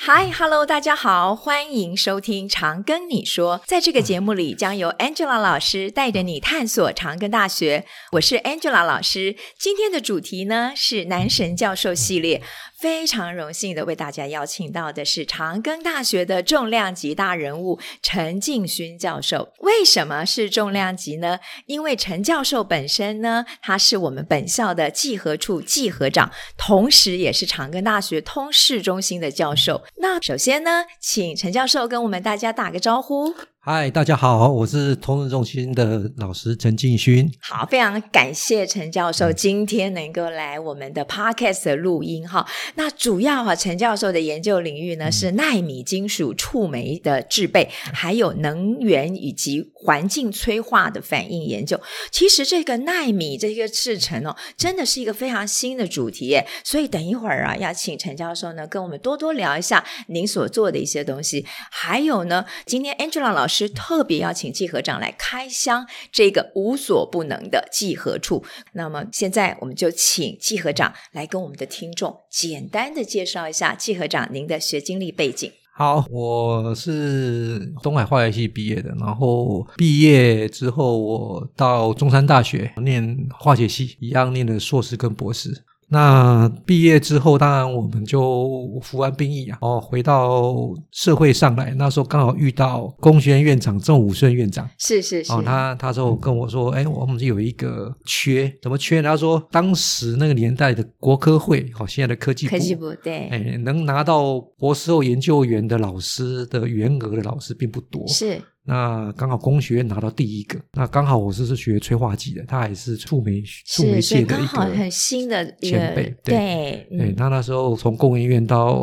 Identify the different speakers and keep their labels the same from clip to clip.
Speaker 1: 嗨，Hello，大家好，欢迎收听《常跟你说》。在这个节目里，将由 Angela 老师带着你探索常庚大学。我是 Angela 老师，今天的主题呢是男神教授系列。非常荣幸的为大家邀请到的是常庚大学的重量级大人物陈进勋教授。为什么是重量级呢？因为陈教授本身呢，他是我们本校的计核处计核长，同时也是常庚大学通识中心的教授。那首先呢，请陈教授跟我们大家打个招呼。
Speaker 2: 嗨，大家好，我是通识中心的老师陈进勋。
Speaker 1: 好，非常感谢陈教授今天能够来我们的 podcast 的录音哈。那主要哈、陈教授的研究领域呢是纳米金属触媒的制备，还有能源以及环境催化的反应研究。其实这个纳米这个制程哦，真的是一个非常新的主题耶。所以等一会儿啊，要请陈教授呢跟我们多多聊一下您所做的一些东西，还有呢，今天 Angela 老师特别邀请季合长来开箱这个无所不能的季合处。那么现在我们就请季合长来跟我们的听众简单的介绍一下季合长您的学经历背景。
Speaker 2: 好，我是东海化学系毕业的，然后毕业之后我到中山大学念化学系，一样念的硕士跟博士。那毕业之后，当然我们就服完兵役啊，哦，回到社会上来。那时候刚好遇到工学院院长郑武顺院长，
Speaker 1: 是是是，
Speaker 2: 哦，他他就跟我说，哎、我们有一个缺，怎么缺呢？他说当时那个年代的国科会，哦，现在的科技部，
Speaker 1: 科技部对、
Speaker 2: 哎，能拿到博士后研究员的老师的员额的老师并不多。
Speaker 1: 是
Speaker 2: 那刚好工学院拿到第一个，那刚好我是是学催化剂的，他还是触媒触媒
Speaker 1: 是，所以
Speaker 2: 界的
Speaker 1: 刚
Speaker 2: 一
Speaker 1: 好很
Speaker 2: 个。
Speaker 1: 新的一个
Speaker 2: 前辈对哎
Speaker 1: 对
Speaker 2: 对，
Speaker 1: 嗯
Speaker 2: 他那时候从工研院到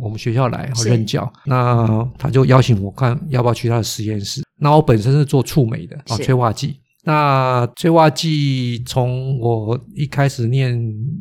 Speaker 2: 我们学校来
Speaker 1: 是
Speaker 2: 任教，那他就邀请我看要不要去他的实验室。那我本身是做触媒的啊，
Speaker 1: 是
Speaker 2: 催化剂。那催化剂从我一开始念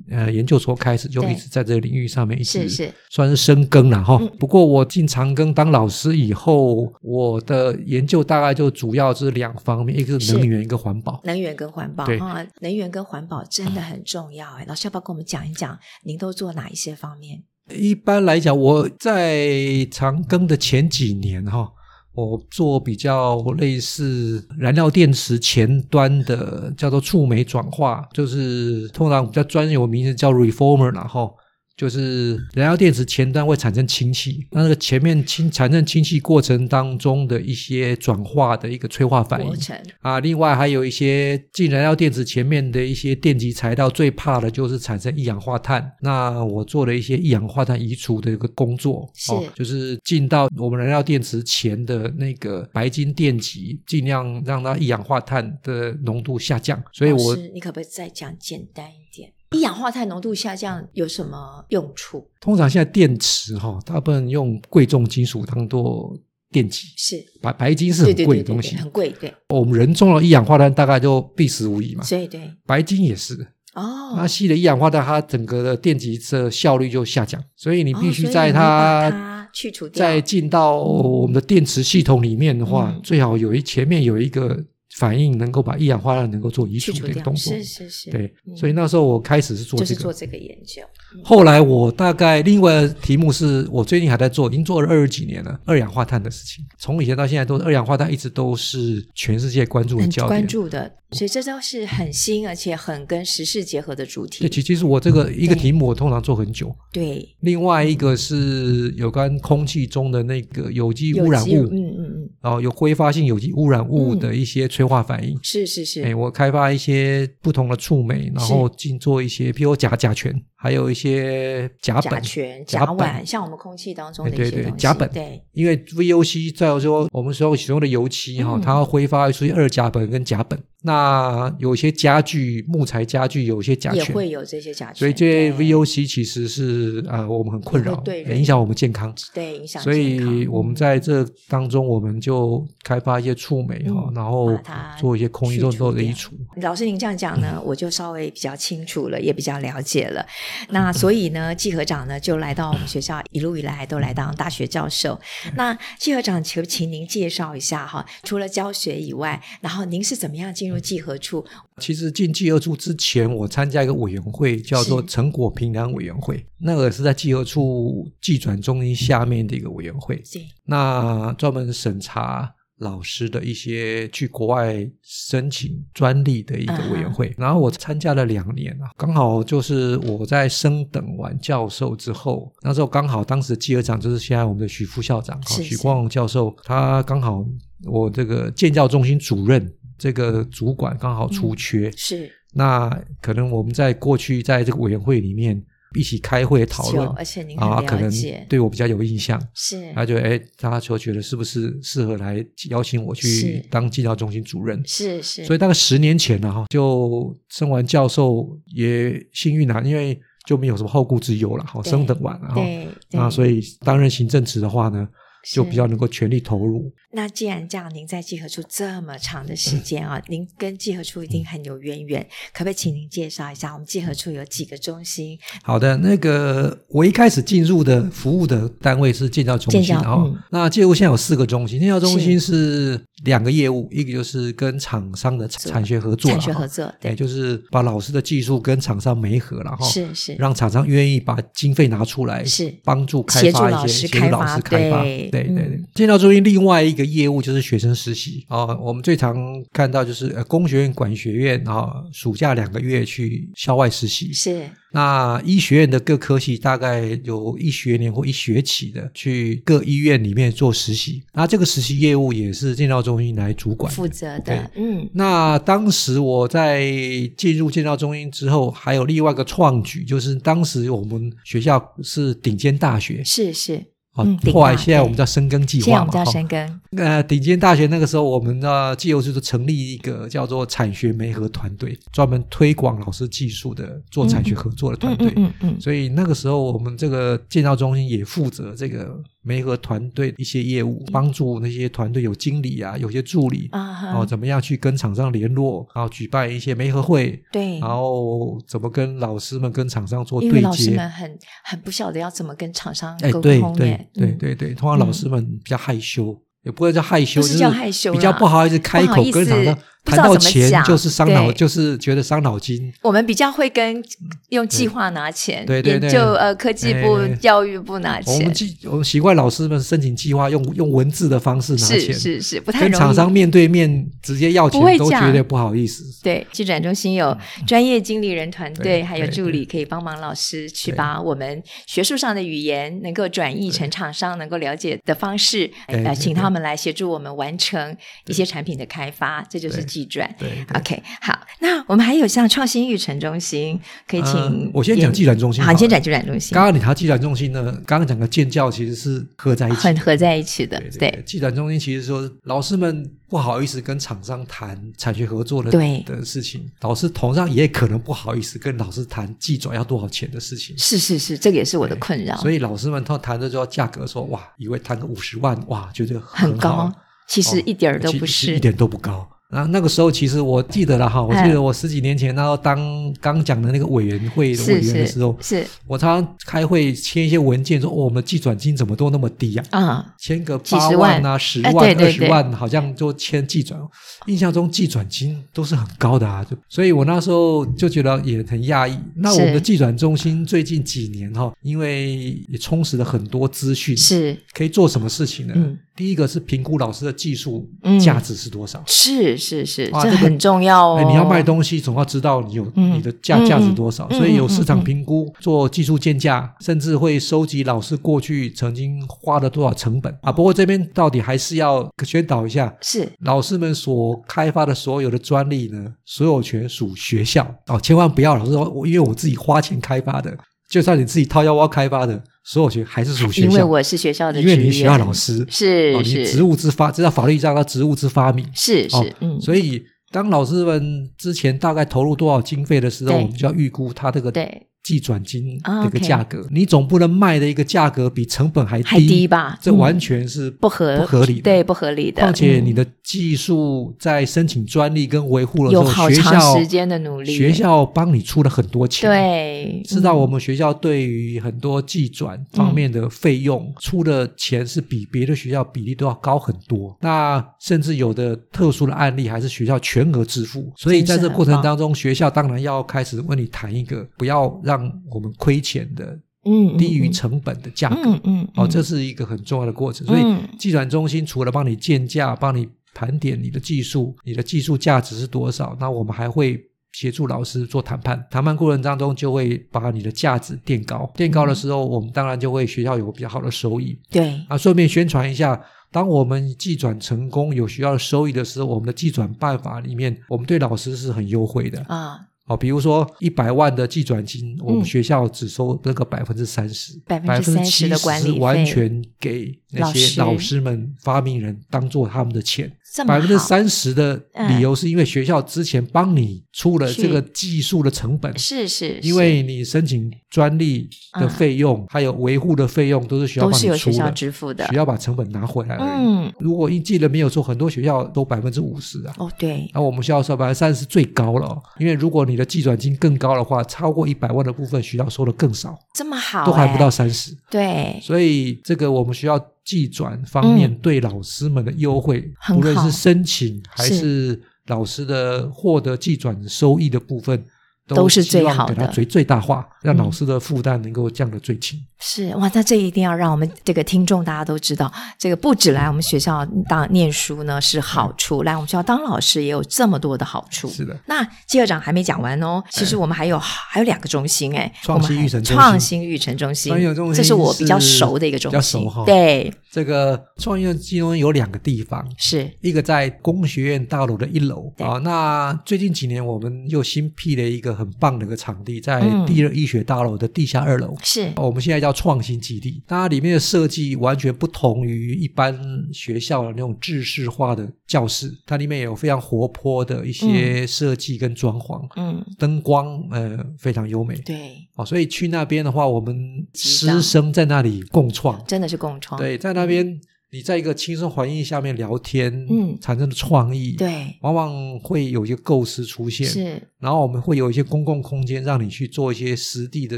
Speaker 2: 呃研究所开始，就
Speaker 1: 对
Speaker 2: 一直在这个领域上面一直
Speaker 1: 是是
Speaker 2: 算是深耕了哈
Speaker 1: 嗯。
Speaker 2: 不过我进长庚当老师以后，我的研究大概就主要是两方面，一个是能源，一个环保。
Speaker 1: 能源跟环保
Speaker 2: 对啊
Speaker 1: 啊，能源跟环保真的很重要哎。老师要不要跟我们讲一讲，您都做哪一些方面？
Speaker 2: 一般来讲，我在长庚的前几年哈，我做比较类似燃料电池前端的叫做触媒转化，就是通常比较专有名词叫 reformer 然后。就是燃料电池前端会产生氢气，那那个前面氢产生氢气过程当中的一些转化的一个催化反应
Speaker 1: 过，程
Speaker 2: 啊，另外还有一些进燃料电池前面的一些电极材料，最怕的就是产生一氧化碳。那我做了一些一氧化碳移除的一个工作，哦
Speaker 1: 是
Speaker 2: 就是进到我们燃料电池前的那个白金电极，尽量让它一氧化碳的浓度下降。所以
Speaker 1: 老
Speaker 2: 我
Speaker 1: 师，你可不可以再讲简单一点？一氧化碳浓度下降有什么用处？
Speaker 2: 通常现在电池哈、大部分用贵重金属当做电极，
Speaker 1: 是
Speaker 2: 白白金是
Speaker 1: 对
Speaker 2: 很
Speaker 1: 对
Speaker 2: 贵
Speaker 1: 对
Speaker 2: 的
Speaker 1: 对
Speaker 2: 东
Speaker 1: 对，
Speaker 2: 西。哦
Speaker 1: 很贵，对，
Speaker 2: 我们人中了一氧化碳大概就必死无疑嘛，
Speaker 1: 所以对
Speaker 2: 白金也是。它
Speaker 1: 哦，
Speaker 2: 吸了一氧化碳，它整个的电极的效率就下降，所以你必
Speaker 1: 哦
Speaker 2: 须
Speaker 1: 所以
Speaker 2: 在
Speaker 1: 你把
Speaker 2: 它
Speaker 1: 它去除掉，
Speaker 2: 在进到我们的电池系统里面的话，
Speaker 1: 嗯
Speaker 2: 最好有一前面有一个反应能够把一氧化碳能够做移
Speaker 1: 去
Speaker 2: 除
Speaker 1: 除
Speaker 2: 的一个
Speaker 1: 掉，
Speaker 2: 动作
Speaker 1: 是。是是，
Speaker 2: 对，
Speaker 1: 嗯
Speaker 2: 所以那时候我开始是做
Speaker 1: 就
Speaker 2: 这
Speaker 1: 是
Speaker 2: 个，
Speaker 1: 做这个研究，嗯
Speaker 2: 后来我大概另外的题目是我最近还在做，已经做了二十几年了，二氧化碳的事情，从以前到现在都是二氧化碳一直都是全世界关注的
Speaker 1: 很
Speaker 2: 焦
Speaker 1: 关
Speaker 2: 点。
Speaker 1: 注的，所以这都是很新而且很跟时事结合的主
Speaker 2: 对，
Speaker 1: 题，
Speaker 2: 其其实我这个一个
Speaker 1: 嗯对
Speaker 2: 题目我通常做很久，
Speaker 1: 对，
Speaker 2: 另外一个是有关空气中的那个有机
Speaker 1: 有
Speaker 2: 污染
Speaker 1: 机
Speaker 2: 物，
Speaker 1: 嗯嗯嗯，
Speaker 2: 然后有挥发性有机污染物
Speaker 1: 嗯
Speaker 2: 的一些催化反应。
Speaker 1: 是是是
Speaker 2: 哎、，我开发一些不同的触媒，然后进做一些，譬如甲甲醛，还有一些甲
Speaker 1: 甲
Speaker 2: 苯。
Speaker 1: 醛、
Speaker 2: 甲
Speaker 1: 甲
Speaker 2: 苯
Speaker 1: 烷，像我们空气当中
Speaker 2: 哎
Speaker 1: 的一
Speaker 2: 对
Speaker 1: 些
Speaker 2: 对
Speaker 1: 东西，
Speaker 2: 甲苯
Speaker 1: 对，
Speaker 2: 因为 VOC 再说我们所使用的油漆哈、
Speaker 1: 嗯
Speaker 2: 它挥发出二甲苯跟甲苯。那有些家具、木材家具有一些甲
Speaker 1: 也
Speaker 2: 醛，
Speaker 1: 会有这些甲醛，
Speaker 2: 所以这些
Speaker 1: 对
Speaker 2: VOC 其实是呃我们很困
Speaker 1: 也会
Speaker 2: 扰，
Speaker 1: 对人
Speaker 2: 影响我们健康。
Speaker 1: 对影响健
Speaker 2: 所
Speaker 1: 康，
Speaker 2: 以我们在这当中，我们就开发一些触媒哈、
Speaker 1: 嗯
Speaker 2: 然后
Speaker 1: 把它
Speaker 2: 做一些空气中
Speaker 1: 去除
Speaker 2: 都的
Speaker 1: 掉
Speaker 2: 移除。
Speaker 1: 老师您这样讲呢，我就稍微比较清楚了，也比较了解了。那所以呢，季和长呢就来到我们学校，一路以来都来当大学教授。那季和长，求请您介绍一下哈，除了教学以外，然后您是怎么样进入季和处？
Speaker 2: 其实进季二处之前，我参加一个委员会，叫做
Speaker 1: 是
Speaker 2: 成果评量委员会，那个是在季二处技转中心下面的一个委员会。
Speaker 1: 对，
Speaker 2: 那专门审查老师的一些去国外申请专利的一个
Speaker 1: 嗯
Speaker 2: 委员会。然后我参加了两年啊，刚好就是我在升等完教授之后，那时候刚好当时的季尔长就是现在我们的许副校长，啊
Speaker 1: 是
Speaker 2: 许
Speaker 1: 是
Speaker 2: 光荣教授，他刚好我这个建教中心主任。这个主管刚好
Speaker 1: 嗯
Speaker 2: 出缺，
Speaker 1: 是
Speaker 2: 那可能我们在过去在这个委员会里面一起开会讨论
Speaker 1: 有而且哎您很
Speaker 2: 啊，可
Speaker 1: 了
Speaker 2: 能
Speaker 1: 解，
Speaker 2: 对我比较有印象，
Speaker 1: 是
Speaker 2: 他就哎，他就觉得是不是适合来邀请我去
Speaker 1: 是
Speaker 2: 当技教中心主任？
Speaker 1: 是是，
Speaker 2: 所以大概十年前呢，哈，就升完教授也幸运啊，因为就没有什么后顾之忧了，哈，
Speaker 1: 对
Speaker 2: 升等完了哈，
Speaker 1: 对
Speaker 2: 那所
Speaker 1: 以
Speaker 2: 以担任行政职的话呢，就比较
Speaker 1: 是
Speaker 2: 能够全力投入。
Speaker 1: 那既然这样，您在集合处这么长的时间啊，您跟集合处一定很有渊源，可不可以请您介绍一下我们集合处有几个中心？
Speaker 2: 好的，那个我一开始进入的服务的单位是建教中心
Speaker 1: 建教
Speaker 2: 啊、哦
Speaker 1: 嗯
Speaker 2: 那建入现在有四个中心，建教中心是两个业务，一个就是跟厂商的产学合作啦，
Speaker 1: 产学合
Speaker 2: 哈
Speaker 1: 作，
Speaker 2: 也
Speaker 1: 对，
Speaker 2: 就是把老师的技术跟厂商媒合了哈，
Speaker 1: 是是
Speaker 2: 哎让厂商愿意把经费拿出来，
Speaker 1: 是
Speaker 2: 帮助开
Speaker 1: 协助
Speaker 2: 发
Speaker 1: 老
Speaker 2: 一
Speaker 1: 师
Speaker 2: 些协
Speaker 1: 开
Speaker 2: 助老
Speaker 1: 发
Speaker 2: 师开发，
Speaker 1: 对
Speaker 2: 对对对
Speaker 1: 嗯。
Speaker 2: 建教中心另外一个业务就是学生实习啊、我们最常看到就是呃工学院、管学院啊、暑假两个月去校外实习。
Speaker 1: 是
Speaker 2: 那医学院的各科系大概有一学年或一学期的去各医院里面做实习，那这个实习业务也是建教中心来主管的
Speaker 1: 负责的，嗯，
Speaker 2: 那当时我在进入建造中心之后，还有另外一个创举，就是当时我们学校是顶尖大学
Speaker 1: 是是，
Speaker 2: 啊
Speaker 1: 嗯，顶
Speaker 2: 后来
Speaker 1: 大
Speaker 2: 现在我
Speaker 1: 对
Speaker 2: 们叫深耕计
Speaker 1: 现在我
Speaker 2: 划
Speaker 1: 们，
Speaker 2: 嘛
Speaker 1: 叫
Speaker 2: 哈
Speaker 1: 深耕，
Speaker 2: 呃，顶尖大学那个时候，我们的技优就是成立一个叫做产学媒合团队，专门推广老师技术的，做产学合作的团
Speaker 1: 嗯
Speaker 2: 队。
Speaker 1: 嗯嗯嗯，
Speaker 2: 所以那个时候，我们这个建造中心也负责这个媒合团队一些业务，帮助那些团队有经理啊，有些助理
Speaker 1: 啊哈
Speaker 2: 哦，怎么样去跟厂商联络，然后举办一些媒合会，
Speaker 1: 对，
Speaker 2: 然后怎么跟老师们、跟厂商做
Speaker 1: 嗯因为
Speaker 2: 对
Speaker 1: 老师
Speaker 2: 接。
Speaker 1: 们很很不晓得要怎么跟厂商
Speaker 2: 哎，
Speaker 1: 沟
Speaker 2: 对
Speaker 1: 通
Speaker 2: 对
Speaker 1: 耶，
Speaker 2: 对
Speaker 1: 嗯，
Speaker 2: 对对，通常老师们比较害羞，也不会叫害羞，
Speaker 1: 不是
Speaker 2: 就
Speaker 1: 叫害羞啦
Speaker 2: 比较不好意思开
Speaker 1: 不好
Speaker 2: 口
Speaker 1: 意思
Speaker 2: 跟厂商
Speaker 1: 不知
Speaker 2: 谈
Speaker 1: 道
Speaker 2: 到
Speaker 1: 怎么
Speaker 2: 钱，
Speaker 1: 讲
Speaker 2: 就是伤脑，
Speaker 1: 对
Speaker 2: 就是觉得伤脑筋。
Speaker 1: 我们比较会跟用计划拿钱，
Speaker 2: 嗯对对
Speaker 1: 研
Speaker 2: 对
Speaker 1: 究呃科技部、
Speaker 2: 哎
Speaker 1: 教育部拿
Speaker 2: 我
Speaker 1: 钱，
Speaker 2: 们记，我们习惯老师们申请计划用用文字的方式拿
Speaker 1: 是
Speaker 2: 钱，
Speaker 1: 是是，不太
Speaker 2: 跟
Speaker 1: 容
Speaker 2: 厂
Speaker 1: 易。
Speaker 2: 商面对面直接要钱
Speaker 1: 不会
Speaker 2: 都
Speaker 1: 讲
Speaker 2: 觉得不好意思。
Speaker 1: 对，技转中心有专业经理人团队，
Speaker 2: 嗯对
Speaker 1: 还有
Speaker 2: 对
Speaker 1: 助
Speaker 2: 对
Speaker 1: 理可以帮忙老师去
Speaker 2: 对
Speaker 1: 把我们学术上的语言能够转译成厂商能够了解的方式，
Speaker 2: 对
Speaker 1: 呃，
Speaker 2: 对
Speaker 1: 请
Speaker 2: 对
Speaker 1: 他们来协助我们完成一些产品的开发，这就是
Speaker 2: 对
Speaker 1: 技转。
Speaker 2: 对对
Speaker 1: OK，好，那我们还有像创新育成中心，可以请、
Speaker 2: 呃我先讲技转中心
Speaker 1: 好，你
Speaker 2: 好
Speaker 1: 先
Speaker 2: 了
Speaker 1: 讲技转中心
Speaker 2: 刚，刚你谈技转中心呢，刚刚讲的建教其实是合在一起
Speaker 1: 很。合在一起的，
Speaker 2: 对，技转中心其实说老师们不好意思跟厂商谈产学合作的
Speaker 1: 对
Speaker 2: 的事情，老师同样也可能不好意思跟老师谈技转要多少钱的事情，
Speaker 1: 是是是，这个也是我的困扰，
Speaker 2: 所以老师们他谈的就要价格说哇，以为谈个五十万哇，觉得
Speaker 1: 很
Speaker 2: 好
Speaker 1: 高，其实
Speaker 2: 哦
Speaker 1: 一点儿都
Speaker 2: 其
Speaker 1: 不
Speaker 2: 其实
Speaker 1: 是
Speaker 2: 一。点都不高。然后那个时候，其实我记得了哈，我
Speaker 1: 哎
Speaker 2: 记得我十几年前，然后当刚讲的那个委员会的
Speaker 1: 是
Speaker 2: 委员
Speaker 1: 是
Speaker 2: 的时候，
Speaker 1: 是
Speaker 2: 我常常开会签一些文件说，哦，我们寄转金怎么都那么低呀、
Speaker 1: 啊，
Speaker 2: 签个
Speaker 1: 几
Speaker 2: 八
Speaker 1: 十万
Speaker 2: 万啊、十
Speaker 1: 哎
Speaker 2: 万、
Speaker 1: 对对
Speaker 2: 二十万，好像就签寄转。印象中寄转金都是很高的啊，就所以我那时候就觉得也很讶异。那我
Speaker 1: 是
Speaker 2: 们的寄转中心最近几年哈、因为也充实了很多资讯，
Speaker 1: 是
Speaker 2: 可以做什么事情呢？
Speaker 1: 嗯
Speaker 2: 第一个是评估老师的技术
Speaker 1: 嗯
Speaker 2: 价值是多少。
Speaker 1: 是是是，
Speaker 2: 哇
Speaker 1: 这
Speaker 2: 这个
Speaker 1: 很重要哦。
Speaker 2: 哎，你要卖东西，总要知道你有、
Speaker 1: 嗯
Speaker 2: 你的价
Speaker 1: 嗯
Speaker 2: 价值
Speaker 1: 嗯
Speaker 2: 多少，
Speaker 1: 嗯
Speaker 2: 所以有
Speaker 1: 嗯
Speaker 2: 市
Speaker 1: 嗯
Speaker 2: 场
Speaker 1: 嗯
Speaker 2: 评估，做技术鉴价，甚至会收集老师过去曾经花了多少成本啊。不过这边到底还是要宣导一下。
Speaker 1: 是
Speaker 2: 老师们所开发的所有的专利呢，所有权属学校哦，千万不要老师说，我因为我自己花钱开发的，就算你自己掏腰包开发的，所有权还是属学校，
Speaker 1: 因为我是学校的
Speaker 2: 因
Speaker 1: 职
Speaker 2: 为
Speaker 1: 员，
Speaker 2: 你学校老师，
Speaker 1: 是
Speaker 2: 哦，你
Speaker 1: 是
Speaker 2: 职务之发，这叫法律上叫职务之发明，
Speaker 1: 是
Speaker 2: 哦
Speaker 1: 是，嗯，
Speaker 2: 所以当老师们之前大概投入多少经费的时候，
Speaker 1: 对
Speaker 2: 我们就要预估他这个
Speaker 1: 对
Speaker 2: 计转金
Speaker 1: 啊
Speaker 2: 这个
Speaker 1: OK
Speaker 2: 价格，你总不能卖的一个价格比成本还低，
Speaker 1: 还低吧
Speaker 2: 这
Speaker 1: 嗯
Speaker 2: 完全是
Speaker 1: 不合
Speaker 2: 不合理的。
Speaker 1: 对，不合理的。
Speaker 2: 况且你
Speaker 1: 嗯
Speaker 2: 的技术在申请专利跟维护的时
Speaker 1: 有
Speaker 2: 候，
Speaker 1: 好
Speaker 2: 学
Speaker 1: 长
Speaker 2: 校
Speaker 1: 时间的努力
Speaker 2: 学校帮你出了很多钱。。
Speaker 1: 对，
Speaker 2: 知道
Speaker 1: 嗯
Speaker 2: 我们学校对于很多技转方面的费用、
Speaker 1: 嗯
Speaker 2: 出的钱是比别的学校比例都要高很多，那甚至有的特殊的案例还是学校全额支付。所以在这过程当中，学校当然要开始问你谈一个不要让我们亏钱的、
Speaker 1: 嗯
Speaker 2: 低于成本的价格。
Speaker 1: 嗯嗯，
Speaker 2: 哦，这
Speaker 1: 嗯
Speaker 2: 是一个很重要的过程。所
Speaker 1: 嗯
Speaker 2: 以，技转中心除了帮你建价、帮你盘点你的技术、你的技术价值是多少，那我们还会协助老师做谈判。谈判过程当中，就会把你的价值垫高。垫高
Speaker 1: 嗯
Speaker 2: 的时候，我们当然就会学校有比较好的收益。
Speaker 1: 对，
Speaker 2: 啊，顺便宣传一下，当我们技转成功有学校的收益的时候，我们的技转办法里面，我们对老师是很优惠的。
Speaker 1: 啊，
Speaker 2: 哦，比如说一百万的计转金，我们
Speaker 1: 嗯
Speaker 2: 学校只收那个百分之三十，
Speaker 1: 30%的管理费
Speaker 2: 完全给那些
Speaker 1: 老师
Speaker 2: 老师们、发明人当做他们的钱。
Speaker 1: 这么
Speaker 2: 百分之
Speaker 1: 好，
Speaker 2: 三十的理由是因为学校之前帮你出了这个技术的成本，
Speaker 1: 是是，
Speaker 2: 因为你申请专利的费用、还有维护的费用都是学
Speaker 1: 是
Speaker 2: 校
Speaker 1: 嗯都
Speaker 2: 帮
Speaker 1: 是
Speaker 2: 你
Speaker 1: 由
Speaker 2: 出
Speaker 1: 学校
Speaker 2: 的，
Speaker 1: 支付的
Speaker 2: 学，校把成本拿回来而已。
Speaker 1: 嗯，
Speaker 2: 如果一季了没有做，很多学校都百分之五十啊。
Speaker 1: 哦对，
Speaker 2: 那我们学校收百分之三是最高了哦，因为如果你的计转金更高的话，超过一百万的部分，学校收的更少，
Speaker 1: 这么好，
Speaker 2: 都还不
Speaker 1: 哎
Speaker 2: 到，三十。
Speaker 1: 对，
Speaker 2: 所以这个我们学校计转方面对老师们的优惠，
Speaker 1: 嗯很好
Speaker 2: 无论是申请还是老师的获得计转收益的部分，
Speaker 1: 都是最
Speaker 2: 希望
Speaker 1: 好
Speaker 2: 给它
Speaker 1: 的
Speaker 2: 最最大化，让
Speaker 1: 嗯
Speaker 2: 老师的负担能够降得最轻。
Speaker 1: 是哇，那这一定要让我们这个听众大家都知道，这个不止来我们学校当念书呢是好处，来我们学校当老师也有这么多的好处。
Speaker 2: 嗯是的，
Speaker 1: 那季校长还没讲完哦，其实我们还有、还有两个中心哎，
Speaker 2: 创
Speaker 1: 我
Speaker 2: 新
Speaker 1: 们
Speaker 2: 育成中心
Speaker 1: 创新育成中心，
Speaker 2: 创新育成中心
Speaker 1: 这是我比较
Speaker 2: 是
Speaker 1: 熟的一个中
Speaker 2: 比较
Speaker 1: 心，
Speaker 2: 熟哈
Speaker 1: 对，
Speaker 2: 这个创业金融有两个地方，
Speaker 1: 是
Speaker 2: 一个在工学院大楼的一楼
Speaker 1: 对
Speaker 2: 啊、那最近几年我们又新辟了一个很棒的一个场地，在
Speaker 1: 嗯
Speaker 2: 第二医学大楼的地下二楼。
Speaker 1: 是
Speaker 2: 哦我们现在叫创新基地，它里面的设计完全不同于一般学校的那种制式化的教室，它里面有非常活泼的一些设计跟装潢，
Speaker 1: 嗯，
Speaker 2: 灯光呃非常优美
Speaker 1: 对，
Speaker 2: 哦，所以去那边的话，我们
Speaker 1: 知道
Speaker 2: 师生在那里共创，
Speaker 1: 真的是共创，
Speaker 2: 对，在那边你在一个轻松环境下面聊天，
Speaker 1: 嗯
Speaker 2: 产生的创意，，
Speaker 1: 对
Speaker 2: 往往会有一个构思出现，
Speaker 1: 是
Speaker 2: 然后我们会有一些公共空间让你去做一些实地的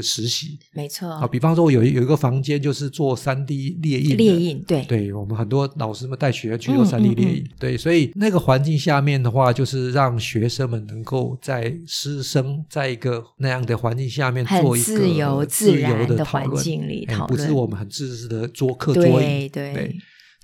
Speaker 2: 实习
Speaker 1: 没错，
Speaker 2: 啊，比方说我有一有一个房间就是做三 D 列印的，
Speaker 1: 猎印对
Speaker 2: 对我们很多老师们带学生去做
Speaker 1: 嗯
Speaker 2: 三 D
Speaker 1: 嗯
Speaker 2: 列印，对，所以那个环境下面的话，就是让学生们能够在师生在一个那样的环境下面
Speaker 1: 很
Speaker 2: 做一个
Speaker 1: 自由
Speaker 2: 自由
Speaker 1: 然
Speaker 2: 的讨
Speaker 1: 环
Speaker 2: 论。
Speaker 1: 境里
Speaker 2: 哎
Speaker 1: 讨
Speaker 2: 不
Speaker 1: 论，
Speaker 2: 是我们很自私的做课桌
Speaker 1: 对
Speaker 2: 椅。
Speaker 1: 对
Speaker 2: 对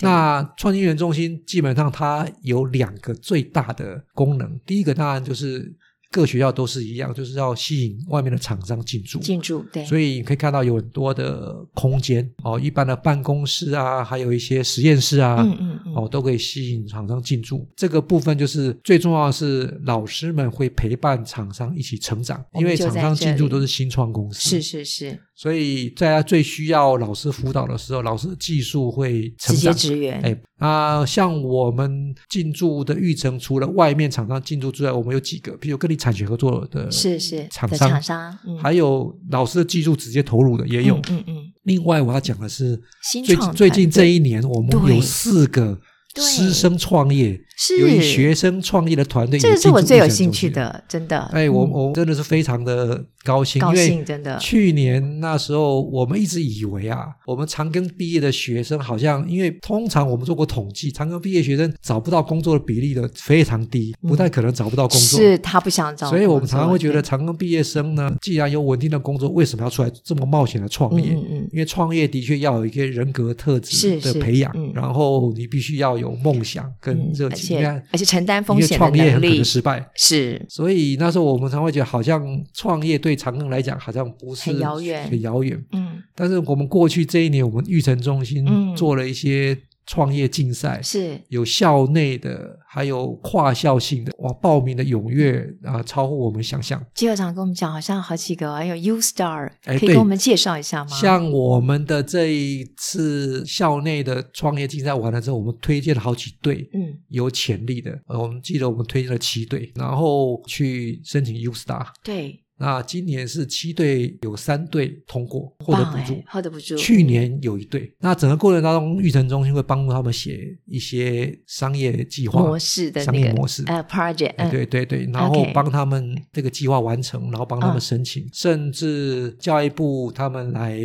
Speaker 2: 那创新园中心基本上它有两个最大的功能，第一个当然就是各学校都是一样，就是要吸引外面的厂商进驻。
Speaker 1: 进驻对，
Speaker 2: 所以你可以看到有很多的空间哦，一般的办公室啊，还有一些实验室啊，
Speaker 1: 嗯嗯嗯，
Speaker 2: 哦，都可以吸引厂商进驻。这个部分就是最重要的是，老师们会陪伴厂商一起成长，
Speaker 1: 我
Speaker 2: 因
Speaker 1: 们
Speaker 2: 为
Speaker 1: 就
Speaker 2: 厂
Speaker 1: 在
Speaker 2: 商
Speaker 1: 这
Speaker 2: 进驻
Speaker 1: 里
Speaker 2: 都是新创公司，
Speaker 1: 是是是，
Speaker 2: 所以在他最需要老师辅导的时候，老师的技术会
Speaker 1: 直
Speaker 2: 成
Speaker 1: 接
Speaker 2: 长。
Speaker 1: 支援，
Speaker 2: 哎，啊、像我们进驻的育成，除了外面厂商进驻之外，我们有几个，比如跟你产学合作的，
Speaker 1: 是是
Speaker 2: 厂
Speaker 1: 的
Speaker 2: 商
Speaker 1: 厂商，嗯
Speaker 2: 还有老师的技术直接投入的也有。
Speaker 1: 嗯嗯嗯，
Speaker 2: 另外，我要讲的是，
Speaker 1: 新
Speaker 2: 最
Speaker 1: 创
Speaker 2: 最近
Speaker 1: 团
Speaker 2: 这
Speaker 1: 队
Speaker 2: 一年，我们
Speaker 1: 对
Speaker 2: 有四个
Speaker 1: 对
Speaker 2: 师生创业，
Speaker 1: 是
Speaker 2: 由于学生创业的团队，
Speaker 1: 这个是我最有兴趣。的，真的，
Speaker 2: 哎，我
Speaker 1: 嗯
Speaker 2: 我真的是非常的高兴，
Speaker 1: 高
Speaker 2: 因为
Speaker 1: 兴真的，
Speaker 2: 去年那时候，我们一直以为啊，我们长庚毕业的学生好像，因为通常我们做过统计，长庚毕业学生找不到工作的比例的非常低，不太可能找不到工作。
Speaker 1: 嗯是他不想找工作，
Speaker 2: 所以我们常常会觉得，
Speaker 1: 对
Speaker 2: 长庚毕业生呢，既然有稳定的工作，为什么要出来这么冒险的创业？
Speaker 1: 嗯嗯嗯
Speaker 2: 因为创业的确要有一些人格特质
Speaker 1: 是
Speaker 2: 的
Speaker 1: 是
Speaker 2: 培养，
Speaker 1: 嗯
Speaker 2: 然后你必须要有梦想跟
Speaker 1: 嗯
Speaker 2: 热
Speaker 1: 而
Speaker 2: 情。
Speaker 1: 且
Speaker 2: 你看，
Speaker 1: 而且承担风
Speaker 2: 因为
Speaker 1: 险的
Speaker 2: 创业
Speaker 1: 能
Speaker 2: 很可
Speaker 1: 力
Speaker 2: 能失败，
Speaker 1: 是
Speaker 2: 所以那时候我们常会觉得，好像创业对长庚来讲，好像不是
Speaker 1: 很遥远
Speaker 2: 很遥远。
Speaker 1: 嗯
Speaker 2: 但是我们过去这一年，我们育成中心
Speaker 1: 嗯
Speaker 2: 做了一些创业竞赛，
Speaker 1: 是
Speaker 2: 有校内的，还有跨校性的，哇，报名的踊跃啊，超乎我们想象。
Speaker 1: 季校长跟我们讲，好像好几个，还有 U Star，
Speaker 2: 哎
Speaker 1: 可以
Speaker 2: 对
Speaker 1: 跟我们介绍一下吗？
Speaker 2: 像我们的这一次校内的创业竞赛完了之后，我们推荐了好几队
Speaker 1: 嗯
Speaker 2: 有潜力的，呃，我们记得我们推荐了七队，然后去申请 U Star。
Speaker 1: 对
Speaker 2: 那今年是七队有三队通过获得
Speaker 1: 棒
Speaker 2: 补
Speaker 1: 哎
Speaker 2: 助，
Speaker 1: ，hold 得不住。
Speaker 2: 去年有一队。那整个过程当中，育成中心会帮助他们写一些商业计划
Speaker 1: 模式的
Speaker 2: 商
Speaker 1: 那
Speaker 2: 业
Speaker 1: 个
Speaker 2: 模式。
Speaker 1: 呃 project，
Speaker 2: 哎
Speaker 1: 嗯，
Speaker 2: 对对对，然后
Speaker 1: OK 嗯
Speaker 2: 帮他们这个计划完成，然后帮他们申请，甚至教育部他们来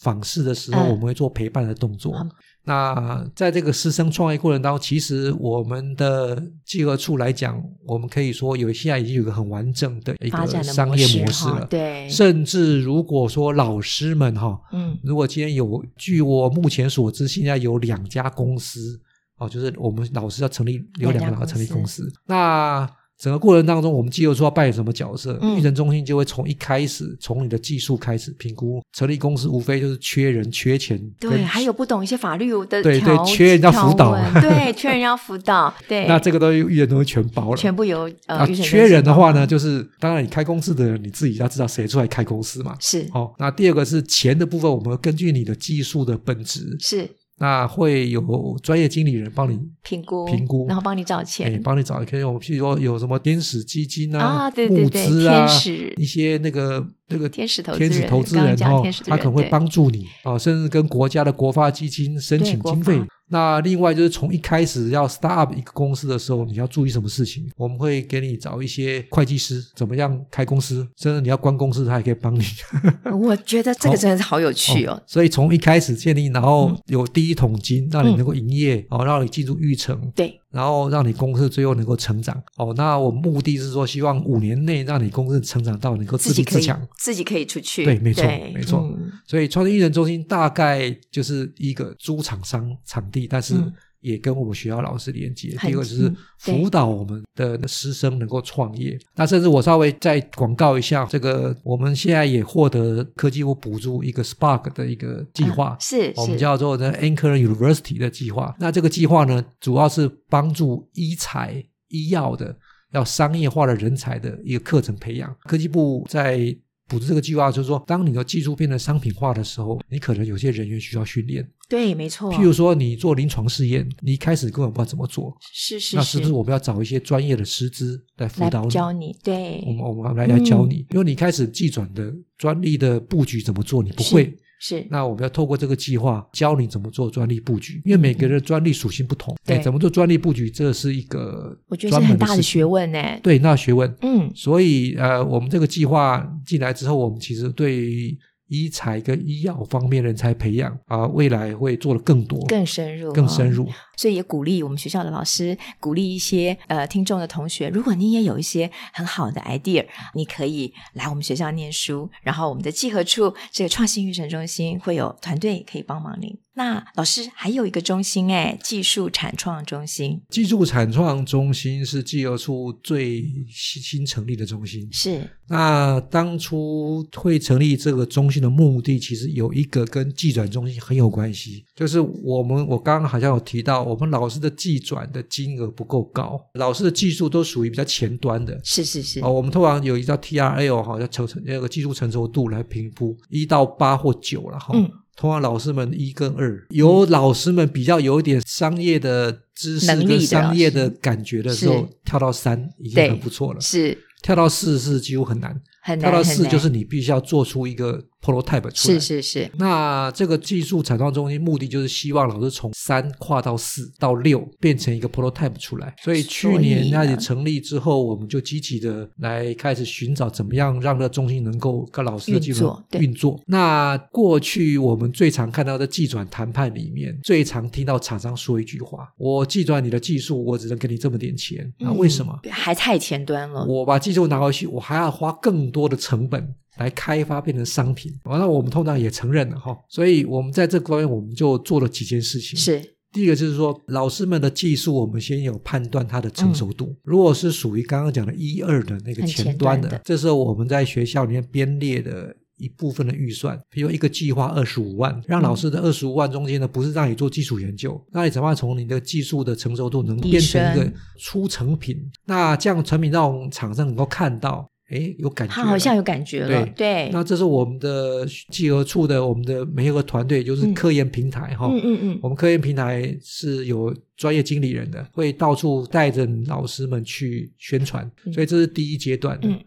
Speaker 2: 访视的时候，
Speaker 1: 嗯
Speaker 2: 我们会做陪伴的动作
Speaker 1: 嗯。
Speaker 2: 那在这个师生创业过程当中，其实我们的计划处来讲，我们可以说有现在已经有一个很完整的一
Speaker 1: 发展
Speaker 2: 个
Speaker 1: 的
Speaker 2: 商业模式
Speaker 1: 哈
Speaker 2: 了。
Speaker 1: 对，
Speaker 2: 甚至如果说老师们哈、
Speaker 1: 嗯，
Speaker 2: 如果今天有，据我目前所知，现在有两家公司哦，就是我们老师要成立有两个
Speaker 1: 两家
Speaker 2: 老师成立
Speaker 1: 公
Speaker 2: 公司。那整个过程当中，我们机构说要扮演什么角色？
Speaker 1: 嗯
Speaker 2: 育成中心就会从一开始，从你的技术开始评估。成立公司无非就是缺人、缺钱，
Speaker 1: 对，
Speaker 2: 跟
Speaker 1: 还有不懂一些法律的
Speaker 2: 对
Speaker 1: 条
Speaker 2: 对缺人家辅导
Speaker 1: 条文 对，缺人要辅导，对，
Speaker 2: 那这个都育成中心全包了。
Speaker 1: 全部由呃
Speaker 2: 啊，
Speaker 1: 育成
Speaker 2: 缺人的话呢，
Speaker 1: 中
Speaker 2: 就是当然你开公司的人，你自己要知道谁出来开公司嘛。
Speaker 1: 心帮忙
Speaker 2: 哦，那第二个是钱的部分，我们根据你的技术的本质，
Speaker 1: 是是
Speaker 2: 那会有专业经理人帮你
Speaker 1: 评估
Speaker 2: 评估
Speaker 1: 然后帮你找
Speaker 2: 哎，
Speaker 1: 钱
Speaker 2: 帮你找，可以用，譬如说有什么天使基金啊、
Speaker 1: 啊，对对对，
Speaker 2: 募资啊
Speaker 1: 天、使
Speaker 2: 一些那个那个
Speaker 1: 天使投资
Speaker 2: 天使
Speaker 1: 人
Speaker 2: 投资
Speaker 1: 刚刚
Speaker 2: 人
Speaker 1: 讲
Speaker 2: 哦
Speaker 1: 天使，
Speaker 2: 他可能会
Speaker 1: 人对
Speaker 2: 帮助你啊，甚至跟国家的国发基金申
Speaker 1: 对
Speaker 2: 请
Speaker 1: 国
Speaker 2: 经费
Speaker 1: 发。
Speaker 2: 那另外就是从一开始要 start up 一个公司的时候，你要注意什么事情？我们会给你找一些会计师，怎么样开公司，甚至你要关公司，他也可以帮你。
Speaker 1: 我觉得这个真的是好有趣哦，
Speaker 2: 所以从一开始建立，然后有第一桶金，让你能够营业，
Speaker 1: 嗯
Speaker 2: 哦，让你进入育成，
Speaker 1: 对，
Speaker 2: 然后让你公司最后能够成长。哦，那我目的是说，希望五年内让你公司成长到能够
Speaker 1: 自
Speaker 2: 自
Speaker 1: 己
Speaker 2: 立
Speaker 1: 可
Speaker 2: 自
Speaker 1: 以
Speaker 2: 强。
Speaker 1: 自己可以出去，
Speaker 2: 对没错没错
Speaker 1: 嗯
Speaker 2: 所以创新育人中心大概就是一个租厂商场地，但是
Speaker 1: 嗯
Speaker 2: 也跟我们学校老师连接。
Speaker 1: 很
Speaker 2: 第二个就是
Speaker 1: 嗯对
Speaker 2: 辅导我们的师生能够创业。那甚至我稍微再广告一下，这个我们现在也获得科技部补助一个 Spark 的一个计划。
Speaker 1: 是
Speaker 2: 哦我们
Speaker 1: 是
Speaker 2: 叫做呢 Anchor University 的计划。那这个计划呢，主要是帮助医材、医药的要商业化的人才的一个课程培养。科技部在补助这个计划，就是说，当你的技术变成商品化的时候，你可能有些人员需要训练。
Speaker 1: 对，没错，
Speaker 2: 譬如说，你做临床试验，你一开始根本不知道怎么做，
Speaker 1: 是是
Speaker 2: 那是不是我们要找一些专业的师资来辅
Speaker 1: 来
Speaker 2: 导你？哦
Speaker 1: 教你？对，
Speaker 2: 我们我们来来教
Speaker 1: 嗯
Speaker 2: 你，因为你开始技转的专利的布局怎么做，你不会，
Speaker 1: 是
Speaker 2: 那我们要透过这个计划教你怎么做专利布局，因为每个人的专利属性不同，
Speaker 1: 嗯对
Speaker 2: 哎怎么做专利布局，这是一个
Speaker 1: 我觉得
Speaker 2: 专
Speaker 1: 是很
Speaker 2: 门
Speaker 1: 大的
Speaker 2: 事情
Speaker 1: 学问呢。
Speaker 2: 对，那学问。
Speaker 1: 嗯，
Speaker 2: 所以呃，我们这个计划进来之后，我们其实对于医材跟医药方面人才培养啊、未来会做的更多、
Speaker 1: 更啊深入，哦
Speaker 2: 更深。入。
Speaker 1: 所以也鼓励我们学校的老师，鼓励一些呃听众的同学，如果你也有一些很好的 idea，你可以来我们学校念书，然后我们的计合处这个创新育成中心会有团队可以帮忙您。那老师还有一个中心哎，技术产创中心
Speaker 2: 技术产创中心是技游处最新新成立的中心，
Speaker 1: 是
Speaker 2: 那当初会成立这个中心的目的，其实有一个跟技转中心很有关系，就是我们我刚刚好像有提到，我们老师的技转的金额不够高，老师的技术都属于比较前端的。
Speaker 1: 是是是，
Speaker 2: 哦，我们通常有一叫 TRL 哈，叫成成那个技术成熟度来评估一到八或九了哈。
Speaker 1: 嗯
Speaker 2: 通常老师们一跟二，有老师们比较有一点商业的知识
Speaker 1: 能力的
Speaker 2: 跟商业的感觉的时候
Speaker 1: 是，
Speaker 2: 跳到三已经
Speaker 1: 对
Speaker 2: 很不错了，
Speaker 1: 是
Speaker 2: 跳到四是几乎很难。
Speaker 1: 很
Speaker 2: 跳
Speaker 1: 难
Speaker 2: 到
Speaker 1: 很
Speaker 2: 四
Speaker 1: 难，
Speaker 2: 就是你必须要做出一个 prototype 出
Speaker 1: 是
Speaker 2: 来。
Speaker 1: 是是
Speaker 2: 那这个技术产创中心目的就是希望老师从三跨到四到六，变成一个 prototype 出来。所以去
Speaker 1: 所以
Speaker 2: 年
Speaker 1: 呢
Speaker 2: 那里成立之后，我们就积极的来开始寻找怎么样让这中心能够跟老师的技
Speaker 1: 运
Speaker 2: 术
Speaker 1: 作对
Speaker 2: 运作。那过去我们最常看到的技转谈判里面，最常听到厂商说一句话：“我技转你的技术，我只能给你这么点钱。”那啊为什么？
Speaker 1: 嗯还太前端了？
Speaker 2: 我把技术拿回去，我还要花更多的成本来开发变成商品。完了，我们通常也承认了哈，所以我们在这方面我们就做了几件事情。
Speaker 1: 是
Speaker 2: 第一个就是说，老师们的技术，我们先有判断它的成熟度。如果是属于刚刚讲的一二的那
Speaker 1: 嗯
Speaker 2: 个
Speaker 1: 很前
Speaker 2: 前
Speaker 1: 端
Speaker 2: 端
Speaker 1: 的
Speaker 2: 的，这时候我们在学校里面编列的。一部分的预算，比如一个计划二十五万，
Speaker 1: 嗯
Speaker 2: 让老师的二十五万中间呢，不是让你做基础研究，让你怎么样从你的技术的成熟度能变成一
Speaker 1: 提
Speaker 2: 个
Speaker 1: 升
Speaker 2: 出成品？那这样成品让厂商能够看到，诶，有感觉了，
Speaker 1: 他好像有感觉了，
Speaker 2: 对
Speaker 1: 对，
Speaker 2: 那这是我们的计核处的，我们的每一个团队就是
Speaker 1: 嗯
Speaker 2: 科研平台哈、
Speaker 1: 嗯嗯嗯，
Speaker 2: 我们科研平台是有专业经理人的，会到处带着老师们去宣传
Speaker 1: 嗯，
Speaker 2: 所以这是第一阶段的。
Speaker 1: 嗯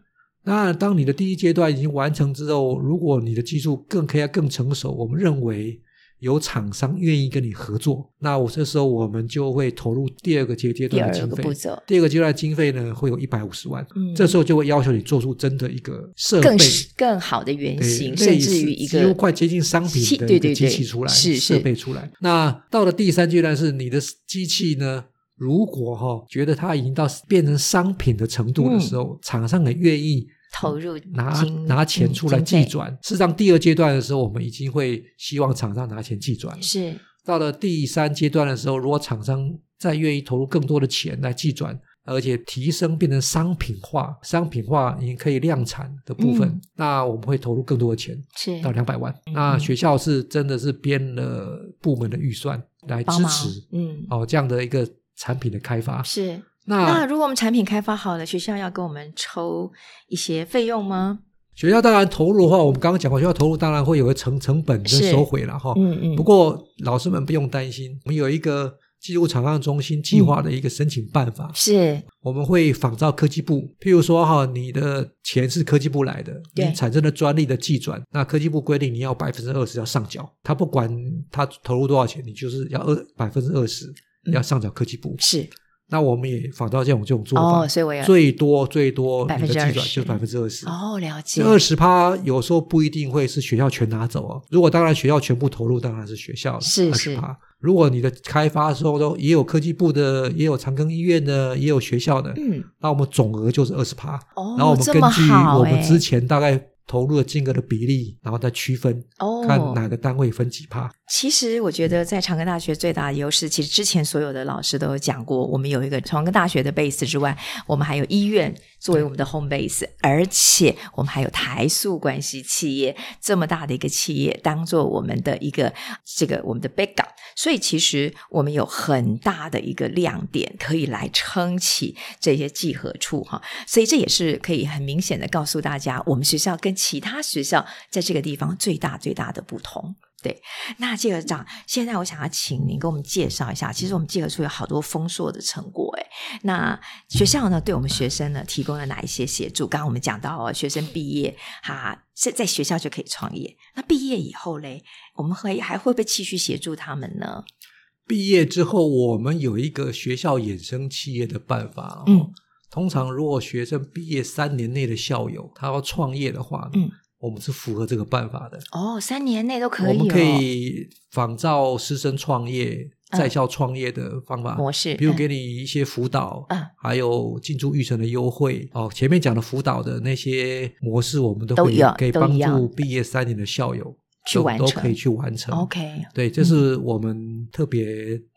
Speaker 2: 那当你的第一阶段已经完成之后，如果你的技术更可以更成熟，我们认为有厂商愿意跟你合作，那我这时候我们就会投入第二个阶阶
Speaker 1: 第
Speaker 2: 段
Speaker 1: 二
Speaker 2: 的经
Speaker 1: 个
Speaker 2: 费。
Speaker 1: 步骤，
Speaker 2: 第二个阶段的经费呢，会有一百五十万，
Speaker 1: 嗯
Speaker 2: 这时候就会要求你做出真的一个设备
Speaker 1: 更，是更好的原
Speaker 2: 对
Speaker 1: 型，
Speaker 2: 类
Speaker 1: 甚至于
Speaker 2: 似
Speaker 1: 一
Speaker 2: 几乎
Speaker 1: 个
Speaker 2: 快接近商品
Speaker 1: 器
Speaker 2: 的
Speaker 1: 对
Speaker 2: 一
Speaker 1: 对
Speaker 2: 个机
Speaker 1: 对
Speaker 2: 器出来，
Speaker 1: 是
Speaker 2: 设
Speaker 1: 是
Speaker 2: 备出来。那到了第三阶段是你的机器呢，如果哈、觉得它已经到变成商品的程
Speaker 1: 嗯
Speaker 2: 度的时候，厂商也愿意
Speaker 1: 投入
Speaker 2: 嗯拿
Speaker 1: 金
Speaker 2: 拿钱
Speaker 1: 嗯
Speaker 2: 出来
Speaker 1: 经
Speaker 2: 计
Speaker 1: 费
Speaker 2: 转。事实上，第二阶段的时候，我们已经会希望厂商拿钱计转了。
Speaker 1: 是
Speaker 2: 到了第三阶段的时候，如果厂商再愿意投入更多的钱来计转，而且提升变成商品化，商品化已经可以量产的部分，
Speaker 1: 嗯
Speaker 2: 那我们会投入更多的钱，
Speaker 1: 是
Speaker 2: 到两百万。那学校是真的是编了部门的预算来
Speaker 1: 帮
Speaker 2: 支
Speaker 1: 忙
Speaker 2: 持，
Speaker 1: 嗯
Speaker 2: 哦这样的一个产品的开发。
Speaker 1: 是。那
Speaker 2: 那
Speaker 1: 如果我们产品开发好了，学校要给我们抽一些费用吗？
Speaker 2: 学校当然投入的话，我们刚刚讲过，学校投入当然会有个成成本跟
Speaker 1: 是
Speaker 2: 收回了哈。
Speaker 1: 嗯嗯
Speaker 2: 哦不过老师们不用担心，我们有一个技术厂商中心计划的一个申请办法，
Speaker 1: 是
Speaker 2: 我们会仿照科技部，譬如说哈，你的钱是科技部来的，
Speaker 1: 对
Speaker 2: 你产生的专利的计转，那科技部规定你要百分之二十要上缴，他不管他投入多少钱，你就是要二百分之二十
Speaker 1: 嗯
Speaker 2: 要上缴科技部。
Speaker 1: 是
Speaker 2: 那我们也仿照这种这种做法，
Speaker 1: 哦，所以我要
Speaker 2: 最多最多你的计转
Speaker 1: 20%
Speaker 2: 就是百分之二十。
Speaker 1: 哦了解
Speaker 2: 这二十趴有时候不一定会是学校全拿走哦。如果当然学校全部投入，当然是学校
Speaker 1: 是
Speaker 2: 二
Speaker 1: 是
Speaker 2: 十趴。如果你的开发的时候都也有科技部的，也有长庚医院的，也有学校的，
Speaker 1: 嗯
Speaker 2: 那我们总额就是二十趴。
Speaker 1: 哦，
Speaker 2: 然后我们
Speaker 1: 这
Speaker 2: 根
Speaker 1: 么
Speaker 2: 据
Speaker 1: 好
Speaker 2: 我们
Speaker 1: 欸
Speaker 2: 之前大概投入的金额的比例，然后再区分，
Speaker 1: 哦
Speaker 2: 看哪个单位分几趴。
Speaker 1: 其实我觉得在长庚大学最大的优势，其实之前所有的老师都有讲过，我们有一个长庚大学的 base 之外，我们还有医院作为我们的 home base，而且我们还有台塑关系企业这么大的一个企业当做我们的一个这个我们的 backup，所以其实我们有很大的一个亮点可以来撑起这些集合处哈，所以这也是可以很明显的告诉大家，我们学校跟其他学校在这个地方最大最大的不同。那季合长，现在我想要请您给我们介绍一下，其实我们季合处有好多丰硕的成果，哎，那学校呢对我们学生呢提供了哪一些协助？刚刚我们讲到哦，学生毕业哈，在在学校就可以创业，那毕业以后嘞，我们会还会不会继续协助他们呢？
Speaker 2: 毕业之后，我们有一个学校衍生企业的办法、哦。
Speaker 1: 嗯，
Speaker 2: 通常如果学生毕业三年内的校友他要创业的话，
Speaker 1: 嗯，
Speaker 2: 我们是符合这个办法的。
Speaker 1: 哦，三年内都可
Speaker 2: 我
Speaker 1: 以、哦，
Speaker 2: 们可以仿照师生创业、
Speaker 1: 嗯
Speaker 2: 在校创业的方法
Speaker 1: 模式，
Speaker 2: 比如给你一些辅导，
Speaker 1: 嗯
Speaker 2: 还有进驻育成的优惠哦。前面讲的辅导的那些模式，我们都
Speaker 1: 都
Speaker 2: 会
Speaker 1: 有
Speaker 2: 可以
Speaker 1: 都
Speaker 2: 帮
Speaker 1: 一样
Speaker 2: 助毕业三年的校友
Speaker 1: 去
Speaker 2: 都
Speaker 1: 完
Speaker 2: 都
Speaker 1: 成
Speaker 2: 可以去完成。
Speaker 1: OK，
Speaker 2: 对，这是我们特别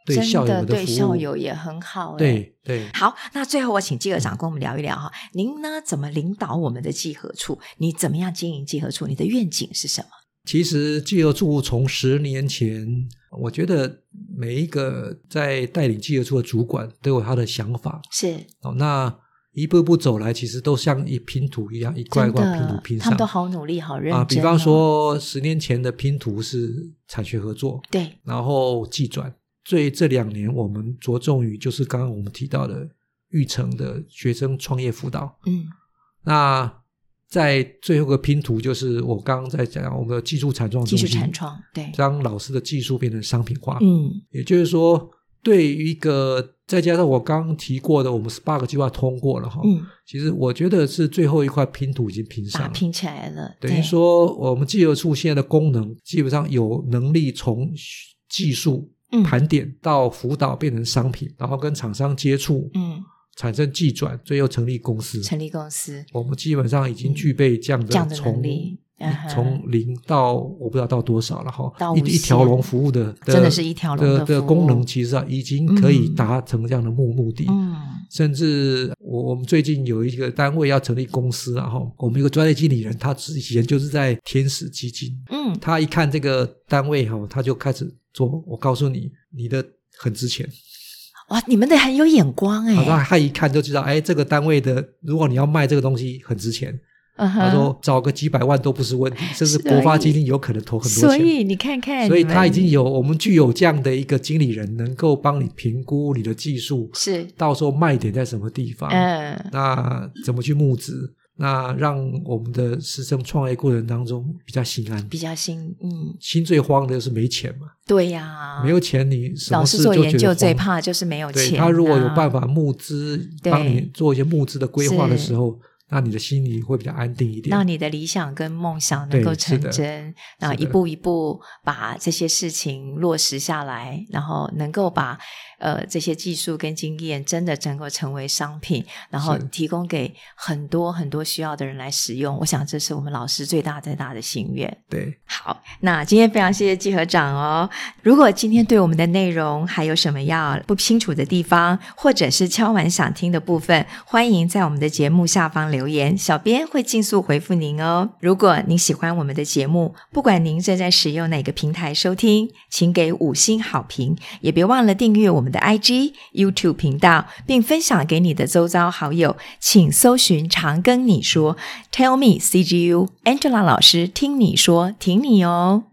Speaker 2: 对
Speaker 1: 真
Speaker 2: 校友
Speaker 1: 的
Speaker 2: 们的
Speaker 1: 对
Speaker 2: 服务。
Speaker 1: 校友也很好，哎。
Speaker 2: 对对，
Speaker 1: 好，那最后我请季合长跟我们聊一聊哈，您呢怎么领导我们的集合处？你怎么样经营集合处？你的愿景是什么？
Speaker 2: 其实季合处从十年前，我觉得每一个在带领季合处的主管都有他的想法
Speaker 1: 是
Speaker 2: 哦。那一步一步走来，其实都像一拼图一样，一块一
Speaker 1: 真
Speaker 2: 块拼图
Speaker 1: 的
Speaker 2: 拼，
Speaker 1: 他
Speaker 2: 上。
Speaker 1: 们都好努力，好认真、哦
Speaker 2: 啊，比方，说十年前的拼图是产学合作，
Speaker 1: 对，
Speaker 2: 然后技转。最这两年，我们着重于就是刚刚我们提到的育成的学生创业辅导。
Speaker 1: 嗯，
Speaker 2: 那在最后一个拼图，就是我刚刚在讲我们的技术产创
Speaker 1: 技
Speaker 2: 中
Speaker 1: 术
Speaker 2: 心，
Speaker 1: 产创，对，
Speaker 2: 将老师的技术变成商品化。
Speaker 1: 嗯，
Speaker 2: 也就是说，对于一个再加上我刚刚提过的，我们 Spark 计划通过了哈。
Speaker 1: 嗯，
Speaker 2: 其实我觉得是最后一块拼图已经拼
Speaker 1: 把
Speaker 2: 上
Speaker 1: 它
Speaker 2: 了。
Speaker 1: 拼起来了，
Speaker 2: 等于
Speaker 1: 对，
Speaker 2: 说，我们技术处现在的功能基本上有能力从技术
Speaker 1: 嗯
Speaker 2: 盘点到辅导变成商品，然后跟厂商接触，
Speaker 1: 嗯，
Speaker 2: 产生技转，最后成立公司。
Speaker 1: 成立公司
Speaker 2: 我们基本上已经具备这样
Speaker 1: 这样
Speaker 2: 的
Speaker 1: 的
Speaker 2: 从
Speaker 1: 能力，嗯哼
Speaker 2: 从零到我不知道到多少了哈
Speaker 1: 到，
Speaker 2: 一
Speaker 1: 无限
Speaker 2: 一条龙服务的的
Speaker 1: 真的是一条龙的
Speaker 2: 的
Speaker 1: 服务
Speaker 2: 功能，其实啊已经可以
Speaker 1: 嗯
Speaker 2: 达成这样的目目的。
Speaker 1: 嗯，
Speaker 2: 甚至我我们最近有一个单位要成立公司啊，然后我们有个专业经理人，他之前就是在天使基金，
Speaker 1: 嗯，
Speaker 2: 他一看这个单位哈，他就开始做。我告诉你，你的很值钱。
Speaker 1: 哇，你们的很有眼光哎、
Speaker 2: 好，他他一看就知道，哎，这个单位的，如果你要卖这个东西，很值钱。
Speaker 1: 嗯哼
Speaker 2: 他说找个几百万都不 是问题，甚至国发基金有可能投很多
Speaker 1: 所
Speaker 2: 钱。
Speaker 1: 以你看看，
Speaker 2: 所以他已
Speaker 1: 你们
Speaker 2: 经有我们具有这样的一个经理人，能够帮你评估你的技术，
Speaker 1: 是，
Speaker 2: 啊到时候卖点在什么地方。
Speaker 1: 嗯，
Speaker 2: 那怎么去募资？那让我们的师生创业过程当中比较心安。
Speaker 1: 比较新，嗯，
Speaker 2: 心最慌的是没钱嘛，
Speaker 1: 对呀、
Speaker 2: 没有钱你什
Speaker 1: 啊老
Speaker 2: 么
Speaker 1: 师
Speaker 2: 事
Speaker 1: 做
Speaker 2: 就
Speaker 1: 研
Speaker 2: 觉
Speaker 1: 究
Speaker 2: 得
Speaker 1: 最
Speaker 2: 慌。
Speaker 1: 怕就是没有
Speaker 2: 对
Speaker 1: 钱、啊
Speaker 2: 他如果有办，法募资，
Speaker 1: 对
Speaker 2: 帮你做一些募资的规划的
Speaker 1: 是
Speaker 2: 时候，那你的心里会比较安定一点。
Speaker 1: 让你的理想跟梦想能
Speaker 2: 对
Speaker 1: 够
Speaker 2: 是
Speaker 1: 成
Speaker 2: 的
Speaker 1: 真，然后
Speaker 2: 是
Speaker 1: 一
Speaker 2: 的
Speaker 1: 步一步把这些事情落实下来，然后能够把呃这些技术跟经验真的能够成为商品，然后
Speaker 2: 是
Speaker 1: 提供给很多很多需要的人来使用。我想这是我们老师最大最大的心愿。
Speaker 2: 对，
Speaker 1: 好，那今天非常谢谢季合长哦。如果今天对我们的内容还有什么要不清楚的地方，或者是敲完想听的部分，欢迎在我们的节目下方留言，小编会尽速回复您哦。如果您喜欢我们的节目，不管您正在使用哪个平台收听，请给五星好评，也别忘了订阅我们的 IG、YouTube 频道，并分享给你的周遭好友。请搜寻“常跟你说 ”，Tell me CGU Angela 老师听你说，挺你哦。